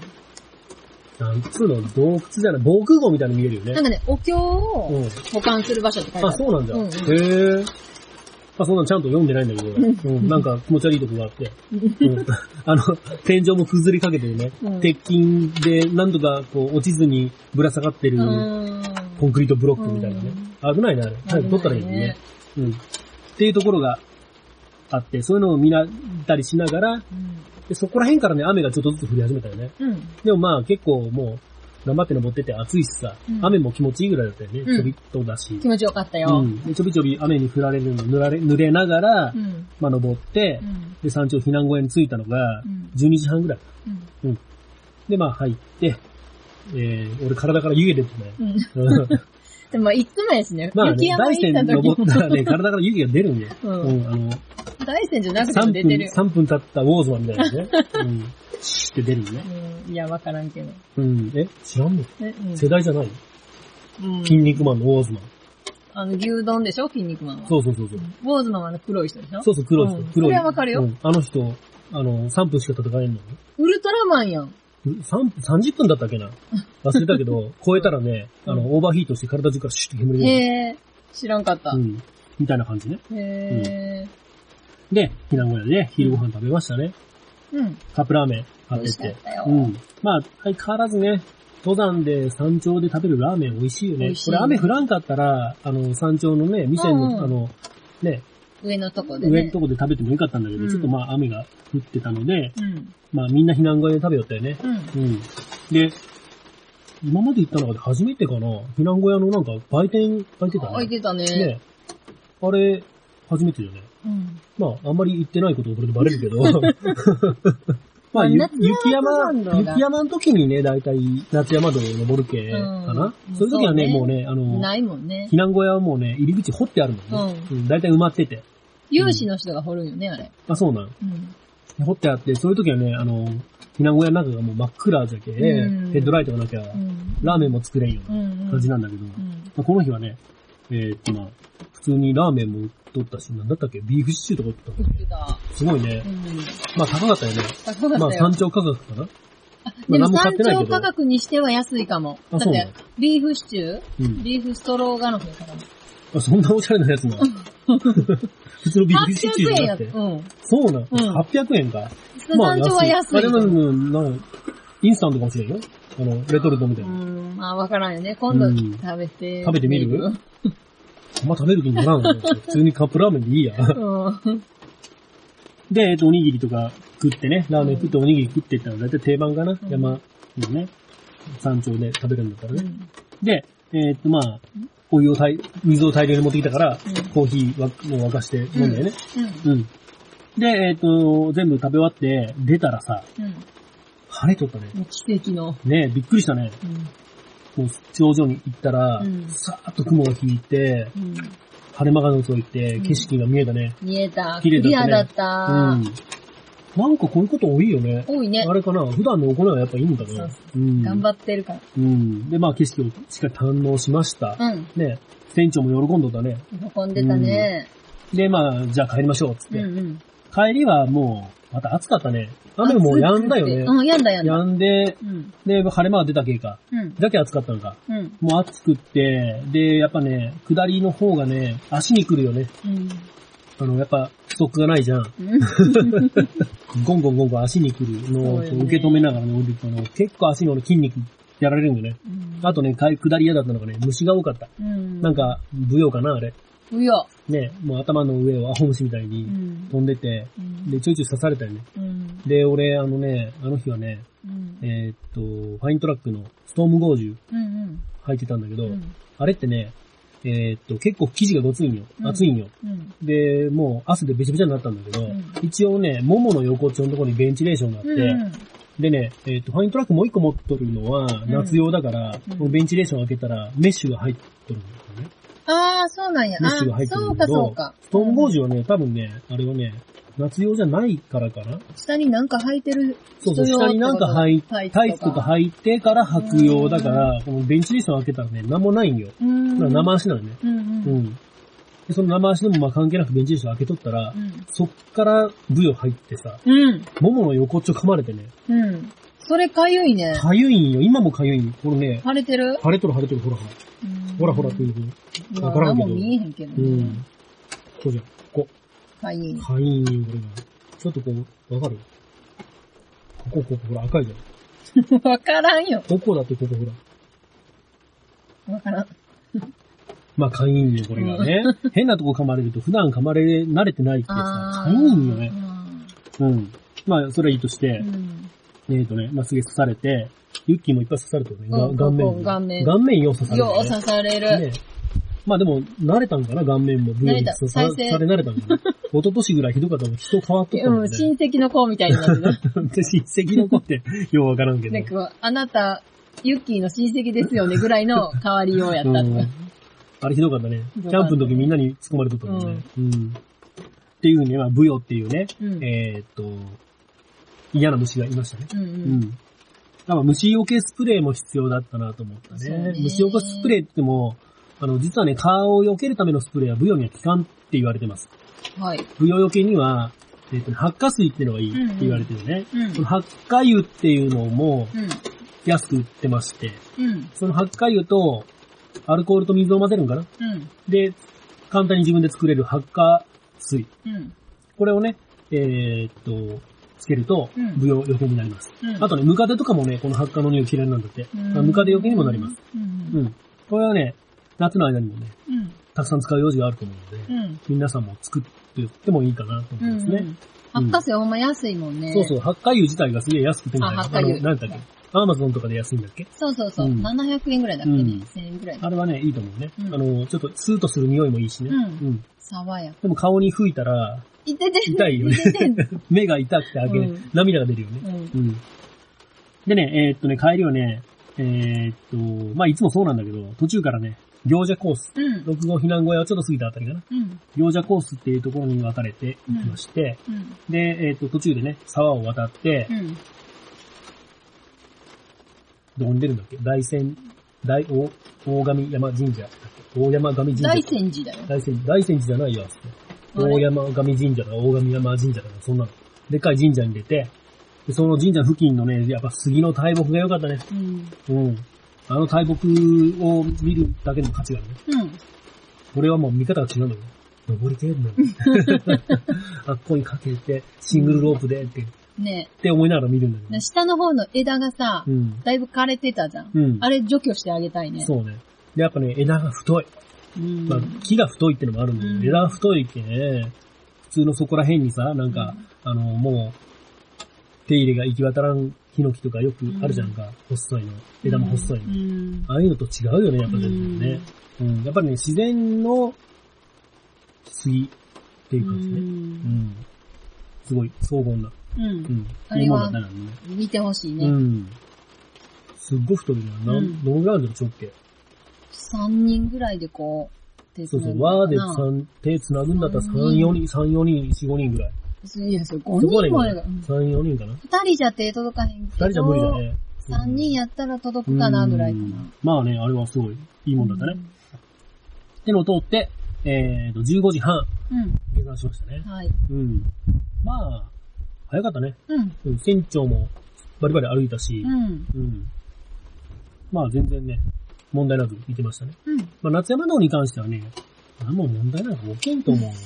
なんつうの、洞窟じゃない、防空壕みたいに見えるよねなん。かね、お経うをん。保管する場所って書いてああ、る。そうなんだ。うんうんへえ。あ、そんなのちゃんと読んでないんだけど、うん、なんか気持ち悪いとこがあって。うん、 あの、天井も崩れかけてるね、うん鉄筋でなんとかこう落ちずにぶら下がってるうん。コンクリートブロックみたいなね。危ないね、あれ。早く取ったらいいのにね。うん。っていうところがあって、そういうのを見なったりしながら、うん。でそこら辺からね、雨がちょっとずつ降り始めたよね。うん。でもまあ結構もう、頑張って登ってて暑いしさ、うん雨も気持ちいいぐらいだったよね。うんちょびっとだし。気持ちよかったうよ。ん。でちょびちょび雨に降られるの、濡られ、濡れながら、うん。まあ登ってう、ん。で山頂避難小屋に着いたのがうん、 12時半ぐらい。うん。でまあ入って、えー、俺体から湯気出てね。うん。でも、いつもですね、まあ雪ね、山大行った山時も登ったらね、体から湯気が出るんだよ。うんうん、あの、大山じゃなくても3出てるよ。分、3分経ったウォーズマンみたいな ね。うん。シュって出るのね。うん。いや、わからんけど。うん。え知らんのねうん世代じゃないうん筋肉マンのウォーズマン。あの、牛丼でしょ筋肉マンは。そうそうそうそう。ウォーズマンはあの黒い人でしょそうそう、黒い人うん。黒い。それはわかるようん。あの人、あの、3分しか戦えんのね。ウルトラマンやん。 3 30分だったっけな忘れたけ ど、超えたらね、あうの、オーバーヒートして体中からシュッと煙が出る。へえ。知らんかったう。ん。みたいな感じね。へえ。で、避難小屋でね昼ご飯食べましたね。うん。カップラーメン美買っ味てっ。しかってたよう。ん。まあ、相変わらずね、登山で山頂で食べるラーメン美味しいよ美ね味し。いこれ雨降らんかったら、あの、山頂のね、店うんうんの、あの、ね、上のとこでね。上のとこで食べてもよかったんだけうど、んちょっとまあ雨が降ってたので、うん。まあみんな避難小屋で食べよったよね。うん。うん。で、今まで行った中で初めてかな、避難小屋のなんか売店、開いてたあ、いね。てたね。ね。あれ、初めてだよね。うん。まあ、あんまり行ってないことをこれでバレるけ ど。まあ、ゆまあ夏山雪山、登山道が雪山の時にね、だいたい夏山道を登る系かな。うんそういう時はね、そもううね、あの、ないもんね避。難小屋はもうね、入り口掘ってあるのね。うん。だいたい埋まってて。有志の人が掘るんよね、あれ。あ、そうなん。うん。掘ってあって、そういう時はね、あの、避難小屋の中がもう真っ暗じゃけ、うんヘッドライトがなきゃ、うん。ラーメンも作れんよううなんうん。感じなんだけど、うまん。あこの日はね、えーっとまあ、普通にラーメンも取ったし、なんだったっけ、ビーフシチューとか取っ売たのってた。すごいねう。ん。まあ高かったよね。高かまっあたよ山。頂価格かなでまもあ何も買山ってないけ頂ど価格にしては安いかも。あだっそうなての、ビーフシチュうーん。ビーフストローガノフだから。あそんなおしゃれなやつも。 普通のビーフシチュー800じゃ円やなっくて。て。うん。そうなん。うん800円か。山頂は安あいれ。も、うんなんかインスタントかもしれんよ。あの、レトルトみたういな。ん。まあ、わからんよね。今度うん食べて。食べてみるあんま食べる気にならんわね。普通にカップラーメンでいいや。うん。で、えっと、おにぎりとか食ってね、ラーメン食っておにぎり食ってったら大体定番かな、うん山のね、山頂で食べるんだからね。で、えっと、まあ、お湯を大、水を大量に持ってきたから、うんコーヒーわもう沸かして飲んだよね。うん。うん。で、えっと、全部食べ終わって、出たらさ、うん。晴れとったね。もう奇跡の。ねびっくりしたね。うん。もう、頂上に行ったら、うんさーっと雲が引いて、うん。晴れ間がのぞいて、うん景色が見えたね。見えた。ク綺麗リアだだっった。うん。なんかこういうこと多いよね。多いねあ。れかな普段の行いはやっぱいいんだそうなそ。うん。頑張ってるかうん。で、まあ景色をしっかり堪能しました。ら。うん。ね、船長も喜んどったね。喜んでたね。で、まあ、じゃあ帰りましょう、つっうて。んうん。帰りはもう、また暑かったね。雨もやんだよね。うん、やんだやんだ。やんで、うん。で、晴れ間が出たけいか。うん。だけ暑かったのか。うん。もう暑くって、で、やっぱね、下りの方がね、足に来るよね。うん。あの、やっぱ、ストックがないじゃん。うん。ゴンゴンゴンゴン足に来るのをそうよね受け止めながら乗るとね、結構足の筋肉やられるんだよね。あとね、かい下り嫌だったのがね、虫が多かった。うん。なん、か、舞踊かな、あれ。うよ。ね、もう頭の上をアホ虫みたいにうん。飛んでて、うん。で、ちょいちょい刺されたよね。うん。で、俺、あのね、あの日はね、うん。えーっと、ファイントラックのストームゴージュうん。履いてたんだけど、うん。あれってね、えーっと、結構生地がごついんよう。ん熱いんよ。うん。で、もう汗でべちゃべちゃになったんだけど、うん一応ね、ももの横っちょのところにベンチレーションがあって、うん。でね、えーっと、ファイントラックもう一個持っとるのはん夏用だから、うんこのベンチレーション開けたらメッシュが入っとるんだよね。ああ、そうなんや。メッシュがあ入ってるそうんだか、けそどうか。ストームゴージュはね、多分ね、あれはね、夏用じゃないからかな。下になんか履いてるそうそう、下になんか履い、タイツとかタイツとか履いてから履く用だから、このベンチレーション開けたらね、なんもないんよ。うーん。だから生足なのね。うんううん。ん。でその生足でもまあ関係なくベンチレーション開けとったら、そっからブヨ入ってさ、うん。ももの横っちょ噛まれてね、うん。それかゆいね。かゆいんよ。今もかゆいんよ。これね、腫れてる腫れとる腫れとる、ほらほら。ほらほらというふうに。うんわからんけど何も見えへんけどうね。ん。そうじゃん。こかゆい。こ。かゆいんよ、これが。ちょっとこう、わかるここ、ここ、ほら、赤いじゃん。わからんよ。ここだって、ここ、ほら。わからん。まあ、かゆいんよ、これが ね。変なとこ噛まれると、普段噛まれ慣れてないってさ、かゆいんよね。うん。まあ、それはいいとしてう、ん。えっとね、まあ、すげえ刺されて、ユッキーもいっぱい刺されてるね。がうん顔面こに。こ顔面顔面よ、刺されてよるね。う刺される。ねまあでも、慣れたんかな、顔面も。慣れたブーブー再生さされ慣れ たんかな。一昨年ぐらいひどかったの人変わっとったうもんん、ね。親戚の子みたいになるな。 で親戚の子って、ようわからんけど。なんかこう、あなた、ユッキーの親戚ですよねぐらいの変わりようやった。うんあれひどかったね。キひどかっャたンプの時みんなに突っ込まれとったもんね。うん。っていうね、まあ、ブヨっていうね、うんえーっと、嫌な虫がいましたね。うんう。うんん。だから虫除けスプレーも必要だったなと思ったそうねね。虫除けスプレーって言っても、あの、実はね、蚊を避けるためのスプレーはブヨには効かんって言われてます。はい。不要よけには、えっ、と、発火水っていうのがいいって言われてるね。うんその発火油っていうのもう安く売ってまして、ん。うん。その発火油とアルコールと水を混ぜるんかなうん。で、簡単に自分で作れる発火水。うん。これをね、えーっと、つけるとうん、不要よけになります。うん。あとね、ムカデとかもね、この発火の匂い嫌いなんだって。うん、ムカデよけにもなります。うん。ううん。ん。これはね、夏の間にもね、うん。たくさん使う用事があると思うので、うん。皆さんも作ってってもいいかなと思ういんますね。うん。発火性ほんま安いもんね。そうそう、八花油自体がすげえ安くてみたいあな。八花油のなんだっけアマゾンとかで安いんだっけそうそうそう。うん700円ぐらいだっけうね。ん1000円ぐらいだあれはね、いいと思うね。うんあの、ちょっとスーッとする匂いもいいしね。うんん爽やか。でも顔に吹いたら、いてて。痛いよねててんの。目が痛くて開け、うん涙が出るよね。うん。うん。でね、えーっとね、帰りはね、えーっと、まあ、いつもそうなんだけど、途中からね、行者コース、うん。六号避難小屋をちょっと過ぎたあたりかな。うん。行者コースっていうところに分かれていきまして、うん。で、えーっと、途中でね、沢を渡って、うん。どこに出るんだっけ大仙、大、大、大神山神社だっけ大山神神社。大仙寺だよ。大仙、大仙寺じゃないよ、あそこあれ大山神神社だか、大神山神社だか、そんなの。でっかい神社に出て、で、その神社付近のね、やっぱ杉の大木が良かったね。うん。うん。あの大木を見るだけの価値があるね。うん。これはもう見方が違うのよ。登りてえのよ。 あっこにかけて、シングルロープでって、っねて思いながら見るんだけどえ。下の方の枝がさ、うん。だいぶ枯れてたじゃん。うんあ。れ除去してあげたいね。そうね。で、やっぱね、枝が太い。うん。まあ、木が太いってのもあるんだけど、うん枝が太いけね、普通のそこら辺にさ、なんか、あの、もう、手入れが行き渡らんヒノキとかよくあるじゃんか、細いの。枝も細いの。うん。ああいうのと違うよね、やっぱ全然ね。うん、やっぱりね、自然の杉っていう感じね。うん。すごい、荘厳な。うん。うんうん。あれはいいもんだな、ね。見てほしいうね。ん。すっごい太いな。な、うんん、どのぐらいあるの直径。 3人ぐらいでこう、手そうそう、わ輪で三手繋ぐんだったら3、4人、3、4人、4、5人ぐらい。いや、それそこ5で人ももやねが。 3、4人かな。 2人じゃ手届かへんけど、 2人じゃ無理だね。 3人やったら届くかな、ぐらいかうな。んまあね、あれはすごい、いいもんだったね。ってのを通って、えーと、15時半、うん。下山しましたねうん。。はい。うん。まあ、早かったね。うん。うん、船長もバリバリ歩いたしう、ん。うん。まあ全然ね、問題なく行けましたね。うん。まあ夏山道に関してはね、何も問題なんか起きんと思うので、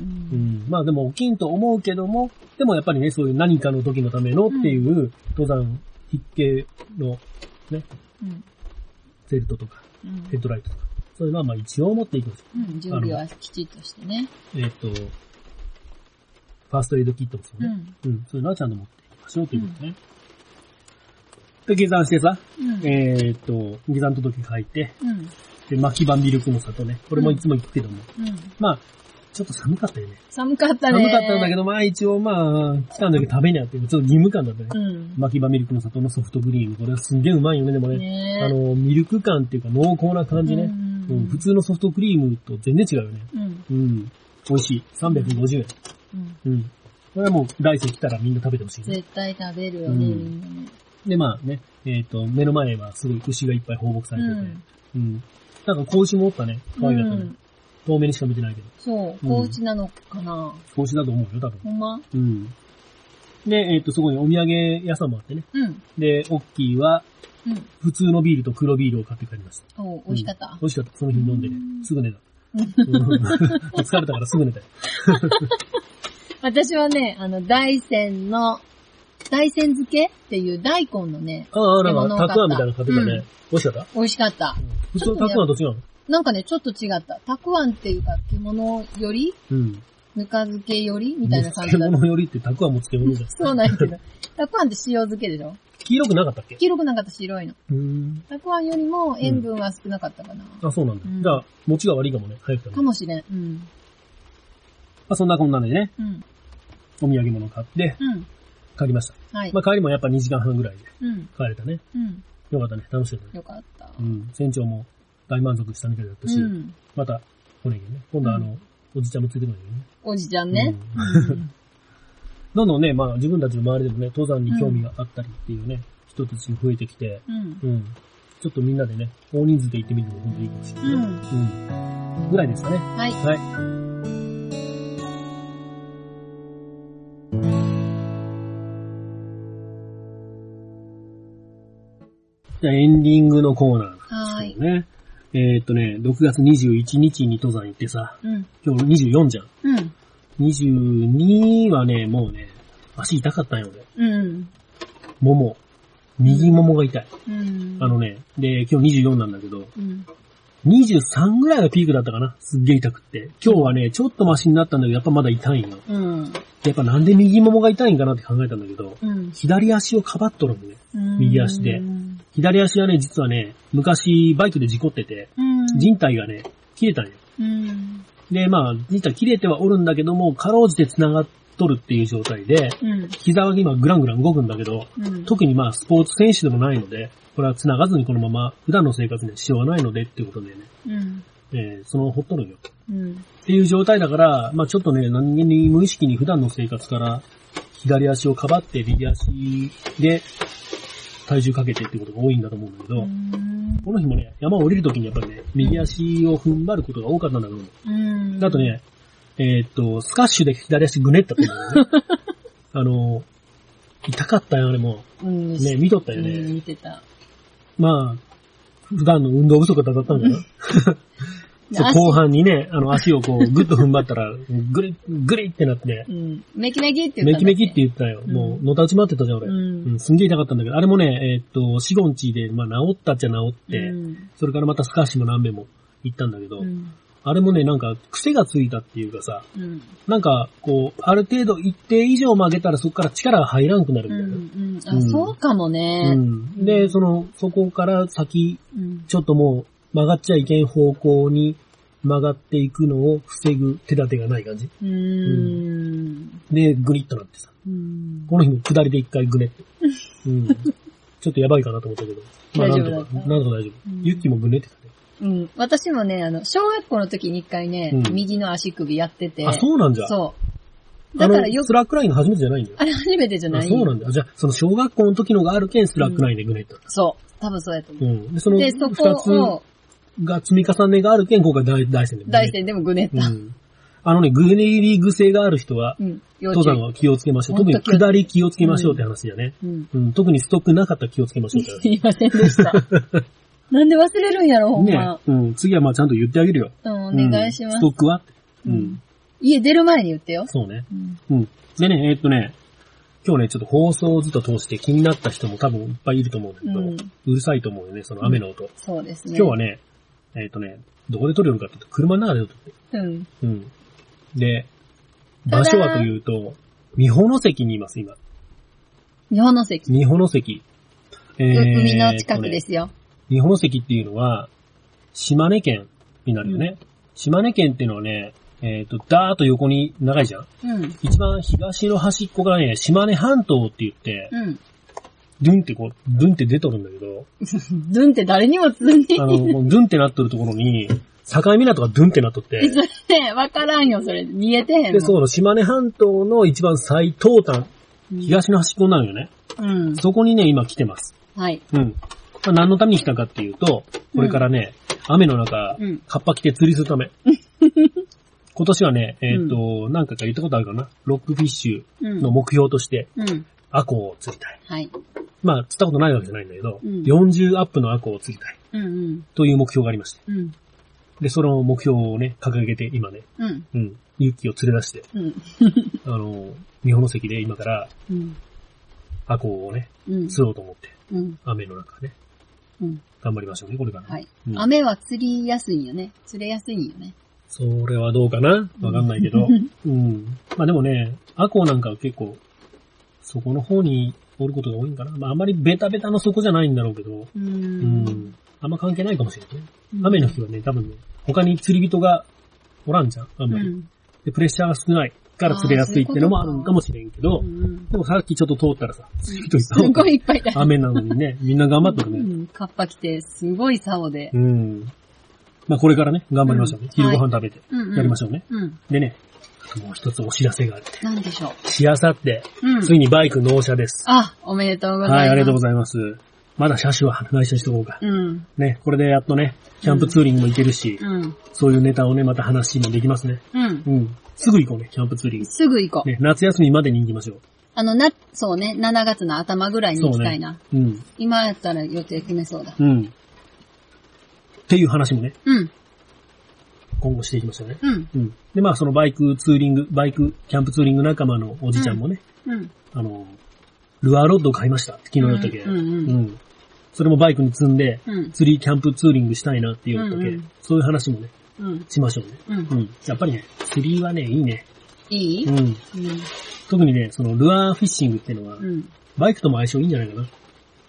う。うんん、まあでも起きんと思うけども、でもやっぱりね、そういう何かの時のためのっていう、登山筆記のうん。ゼルトとか、うんヘッドライトとか、そういうのはまあ一応持っていくんですよ。うん。準備はきちっとしてね。えっと、ファーストエイドキットですようね。ん。うん、そういうのはちゃんと持っていきましょうということね。で、下山してさ、うん。えっと、下山届書いて、うん。で、巻き場ミルクの里ね、これもいつも行くけども、うん。まあ、ちょっと寒かったよね。寒かったね。寒かったんだけど、まあ一応まあ、来たんだけど食べにゃっていう、ちょっと義務感だったね。うん。巻き場ミルクの里のソフトクリーム。これはすんげえうまいよね、でもね。ねあの、ミルク感っていうか濃厚な感じね、ううんん普通のソフトクリームと全然違うよね。うん。うん。美味しい。350円。うん。うん。これはもう来世来たらみんな食べてほしいね、絶対食べるよね、うんみんなね。で、まあね、えっ、と、目の前はすごい牛がいっぱい放牧さうれてて、ん。うん。なんか子牛もおったね。可愛かったね。うん遠目にしか見てないけど。そう、高知なのかな。子牛だと思うよ、多分。ほんまうん。で、えっ、と、そこにお土産屋さんもあってね。うん。で、オッキーは、うん。普通のビールと黒ビールを買って帰りました。おう美味しかった。美味しかった。その日飲んでねう。んすぐ 寝た。うん疲れたからすぐ寝たよ。私はね、あの、大山の、大山漬けっていう大根のね、ああ、なんでもか、濃かったたくあんみたいなの買ってたね。うん美味しかった美味しかった。普ちょ通っのたとねくあんと違うのなんかね、ちょっと違った。たくあんっていうか、獣よりうん。ぬか漬けよりみたいな感じだっ漬物よりってたくあんも漬物じゃん。た。そうなんやけど。たくあんって塩漬けでしょ黄色くなかったっけ黄色くなかった白いの。うーん。たくあんよりも塩分は少なかったかな。あ、そうなんだ。うんじゃあ、餅が悪いかもね。早く食べかる。もしれん。うん。まあ、そんなこんなでね、うん。お土産物買って、うん。帰りました。はい。まあ、帰りもやっぱ2時間半ぐらいでうん。帰れたね。うん。よかったね。楽しかったね。よかった。うん。船長も大満足したみたいだったうし、ん。また来れんよね。今度はあの、おじちゃんもついてこないよね。おじちゃんね。うんうんどんどんね、まあ自分たちの周りでもね、登山に興味があったりっていうね、人たちが増えてきて、うん。うん。ちょっとみんなでね、大人数で行ってみるのも本当にいいかもしれうない。ん。うん。ぐらいですかね。はい。はい。じゃあエンディングのコーナーはーい。ね。えーっとね、6月21日に登山行ってさ、うん。今日24じゃん。うん。 22はね、もうね、足痛かったんよ、俺。うん。もも。右ももが痛い。うん。あのね、で、今日24なんだけど、うん。 23ぐらいがピークだったかな。すっげえ痛くって。今日はね、ちょっとマシになったんだけど、やっぱまだ痛いんよ。うん。やっぱなんで右ももが痛いんかなって考えたんだけど、うん。左足をかばっとるのね。うん右足でうん。左足はね、実はね、昔バイクで事故ってて、人体がね、切れたんよ。うん。で、まあ、実は切れてはおるんだけども、かろうじて繋がっとるっていう状態で、うん。膝は今グラングラン動くんだけど、うん。特にまあスポーツ選手でもないので、これは繋がずにこのまま普段の生活には支障がないのでっていうことでね、うん。えーそのままほっとるんよ。うん。っていう状態だから、まあちょっとね、何気に無意識に普段の生活から左足をかばって右足で体重かけてっていうことが多いんだと思うんだけど、うんこの日もね、山を降りるときにやっぱりね、右足を踏ん張ることが多かったんだけど、うん。だとね、えーっと、スカッシュで左足ぐねったと思う、ね。 あの、痛かったよ、あれも。うん、ね、見とったようんね。見てた。まあ、普段の運動不足だったんだよな。足そう後半にね、あの足をこう、ぐっと踏ん張ったら、ぐり、ぐりってなって、うん。メキメキって言メったキんだメっけキって言ったよ。うんもう、のたうち回ってたじゃん、俺。うんうん、すんげえ痛かったんだけど、あれもね、えーっと、四五日で、まあ、治ったっちゃ治って、うんそれからまたスカッシュも何べも行ったんだけど、うん。あれもね、なんか、癖がついたっていうかさ、うん。なんか、こう、ある程度一定以上曲げたらそこから力が入らんくなるうみたいな。ん。うん。うあ、んそうかもね。うん、で、その、そこから先、うん。ちょっともう曲がっちゃいけん方向に曲がっていくのを防ぐ手立てがない感じ。うーん。で、グリッとなってさ。うん。この日も下りで一回グネ って。うん。ちょっとやばいかなと思ったけど。大なん丈夫とだったか、なんとか大丈夫う。んユッキーもグネってたね。うん。私もね、あの、小学校の時に一回ね、うん右の足首やってて。あ、そうなんじゃ。そう。だからよあのスく、ラックラインが初めてじゃないんだよ。あれ初めてじゃあないそうなんだ。じゃあ、その小学校の時のがあるけん、スラックラインでグネった。そう。多分そうやと思うう。ん。で、そので、二そこつを、が積み重ねがあるけん、今回大大戦でもね。大戦でもぐねっうた。ん。あのね、グネ入り癖がある人は、うん。幼登稚山園。は気をつけましょう。特本当に下り気をつけましょうって話だね。うん。うん、特にストックなかったら気をつけましょうって すいませんで した。なんで忘れるんやろ、ほ話。んねま。うん、次はまあちゃんと言ってあげるよ。うん、おうん願いしまスすト。ックはってううんん、家出る前に言ってよ。そうね。うん。うん。でね、えーっとね、今日ね、ちょっと放送をずっと通して気になった人も多分いっぱいいると思うんだけど、ううんるさいと思うよね、その雨の音。そうですね。今日はね、えーっとね、どこで撮るのかって言うと車の中で撮って。うん。うん。で、ただ場所はというと、三保関にいます、今。日本の関。三保関。えーっとね海の近くですよ。日本石っていうのは、島根県になるよね。島根県っていうのはね、えっ、と、だーっと横に長いじゃん。うん。一番東の端っこがね、島根半島って言って、うん。ドゥンってこう、ドゥンって出とるんだけど、ドゥンって誰にも通じ あん。の、このドゥンってなっとるところに、境港がドゥンってなっとって、ねわからんよ、それ。見えてへんもん。で、その島根半島の一番最東端、東の端っこになるよね。うん。そこにね、今来てます。はい。うん。まあ、何のために来たかっていうと、これからね、雨の中うん、 カッパ着て釣りするため。今年はね、えっ、と、何回か言ったことあるかな。ロックフィッシうんュの目標として、うん。アコを釣りたい。はい。まあ、釣ったことないわけじゃないんだけど、うん40アップのアコを釣りたいうんうん。という目標がありまして。うん。で、その目標をね、掲げて、今ね、うん。うん、ユッキーを連れ出して、うん。あの、日本の関で今からうん。アコをね、うん。釣ろうと思って、うん。雨の中ね、うん。頑張りましょうね、これから。はい。うん雨は釣りやすいよね。釣れやすいよね。それはどうかなわかんないけどう。んうん。まあでもね、アコなんかは結構、そこの方におることが多いんかな。まああまりベタベタのそこじゃないんだろうけど、う。うんん。あんま関係ないかもしれないね。雨の日はね、多分ね、他に釣り人がおらんじゃん、あんうまり。ん。で、プレッシャーが少ないから釣れやすいっていうのもあるんかもしれんけどう、ん。でもさっきちょっと通ったらさ、釣り人いっすぱいおったごいいっぱいだ。雨なのにね、みんな頑張ってるうね。ん。カッパ着て、すごい竿でう。ん。まあこれからね、頑張りましょうね。うん昼ご飯食べて、うん。やりましょょうね。う。うん。でね、もう一つお知らせがあって。なんでしょしあさって、う。うん。ついにバイク納車です。あ、おめでとうございます。はい、ありがとうございざいます。まだ車種は内緒にしとこうか。ます。うん。ね、これでやっとね、キャンプツーリングも行けるし、うん。そういうネタをね、また話もできますね。うん。うん。すぐ行こうね、キャンプツーリング。すぐ行こう。ね、夏休みまでに行きましょう。あの、な、そうね、7月の頭ぐらいに行きたいな。うん。今やったら予定決めそうだ。うん。っていう話もね、うん、今後していきましょうね。うん、うん。で、まあ、そのバイクツーリング、バイク、キャンプツーリング仲間のおじちゃんもね、うん。あの、ルアーロッドを買いましたって昨日言ったけ、うんうんうんうんそれもバイクに積んで、うん、釣りキャンプツーリングしたいなって言ったけ、うんうんそういう話もね、うん、しましょうね。うんう。ん。やっぱりね、釣りはね、いいね。いいうん。うん、特にね、そのルアーフィッシングっていうのは、うん。バイクとも相性いいんじゃないかな。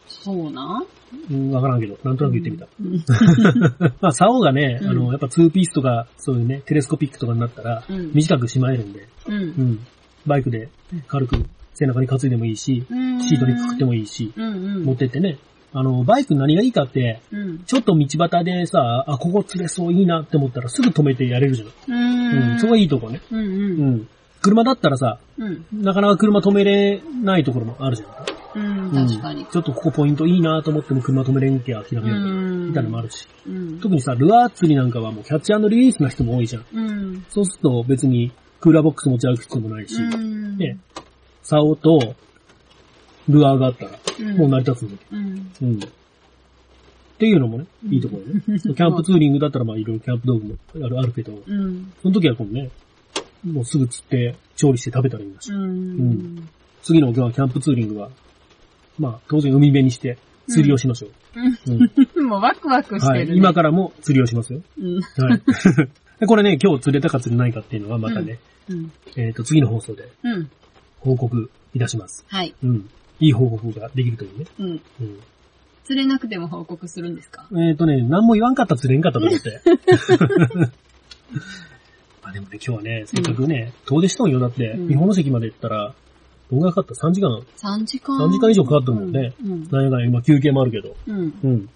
そうな。うん、わからんけど、なんとなく言ってみた。うん、 まあ、竿がね、うんあの、やっぱツーピースとか、そういうね、テレスコピックとかになったら、うん短くしまえるんで、 うんう。ん。バイクで軽く背中に担いでもいいし、うん。シートにくくってもいいし、うん、うん。持ってってね。あの、バイク何がいいかって、うん。ちょっと道端でさ、あ、ここ釣れそういいなって思ったらすぐ止めてやれるじゃ。うん。うんん。そこがいいとこね。うん、ううん。ん。車だったらさ、うん、なかなか車止めれないところもあるじゃん。うん。うん確かに。ちょっとここポイントいいなと思っても車止めれんけ諦めるみたいなのもあるし。うん。特にさ、ルアー釣りなんかはもうキャッチリリースな人も多いじゃん。うん。そうすると別にクーラーボックス持ち歩く必要もないし、うん。ね、竿とルアーがあったらうん。もう成り立つんだけうん。ど。うん。っていうのもね、いいところ ね。キャンプツーリングだったらまあいろいろキャンプ道具もあるあるけど、うん。その時はこのね、もうすぐ釣って調理して食べたらいいんだし。うん。次の今日はキャンプツーリングは、まあ当然海辺にして釣りをしましょう。うんもうワクワクしはてい。る。今。からも釣りをしますよ。うん。はい。 でこれね、今日釣れたか釣れないかっていうのはまたね、うん。えっ、と、次の放送でうん。報告いたします。はい。うん。いい報告ができるといいね。うん。う釣れなくても報告するんですかん。えっ、とね、何も言わんかったら釣れんかったと思 って。まあでもね、今日はね、せっかくね、遠出しとんよ。だって、うん日本の関まで行ったら、どんぐらいかかった ?3 時間、 ?3 時間。 3時間以上かかったもんね。うん。なんやかんや、今休憩もあるけど。うん。うん。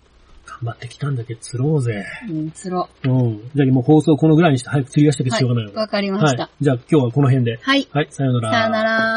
頑張ってきたんだけど、釣ろうぜ。うん、つろ。うん。じゃあもう放送このぐらいにして早く釣りがしたくてはしょうがないよい。ねわかりまはしいた。。じゃあ今日はこの辺で。はい。はい、さようなら。さよなら。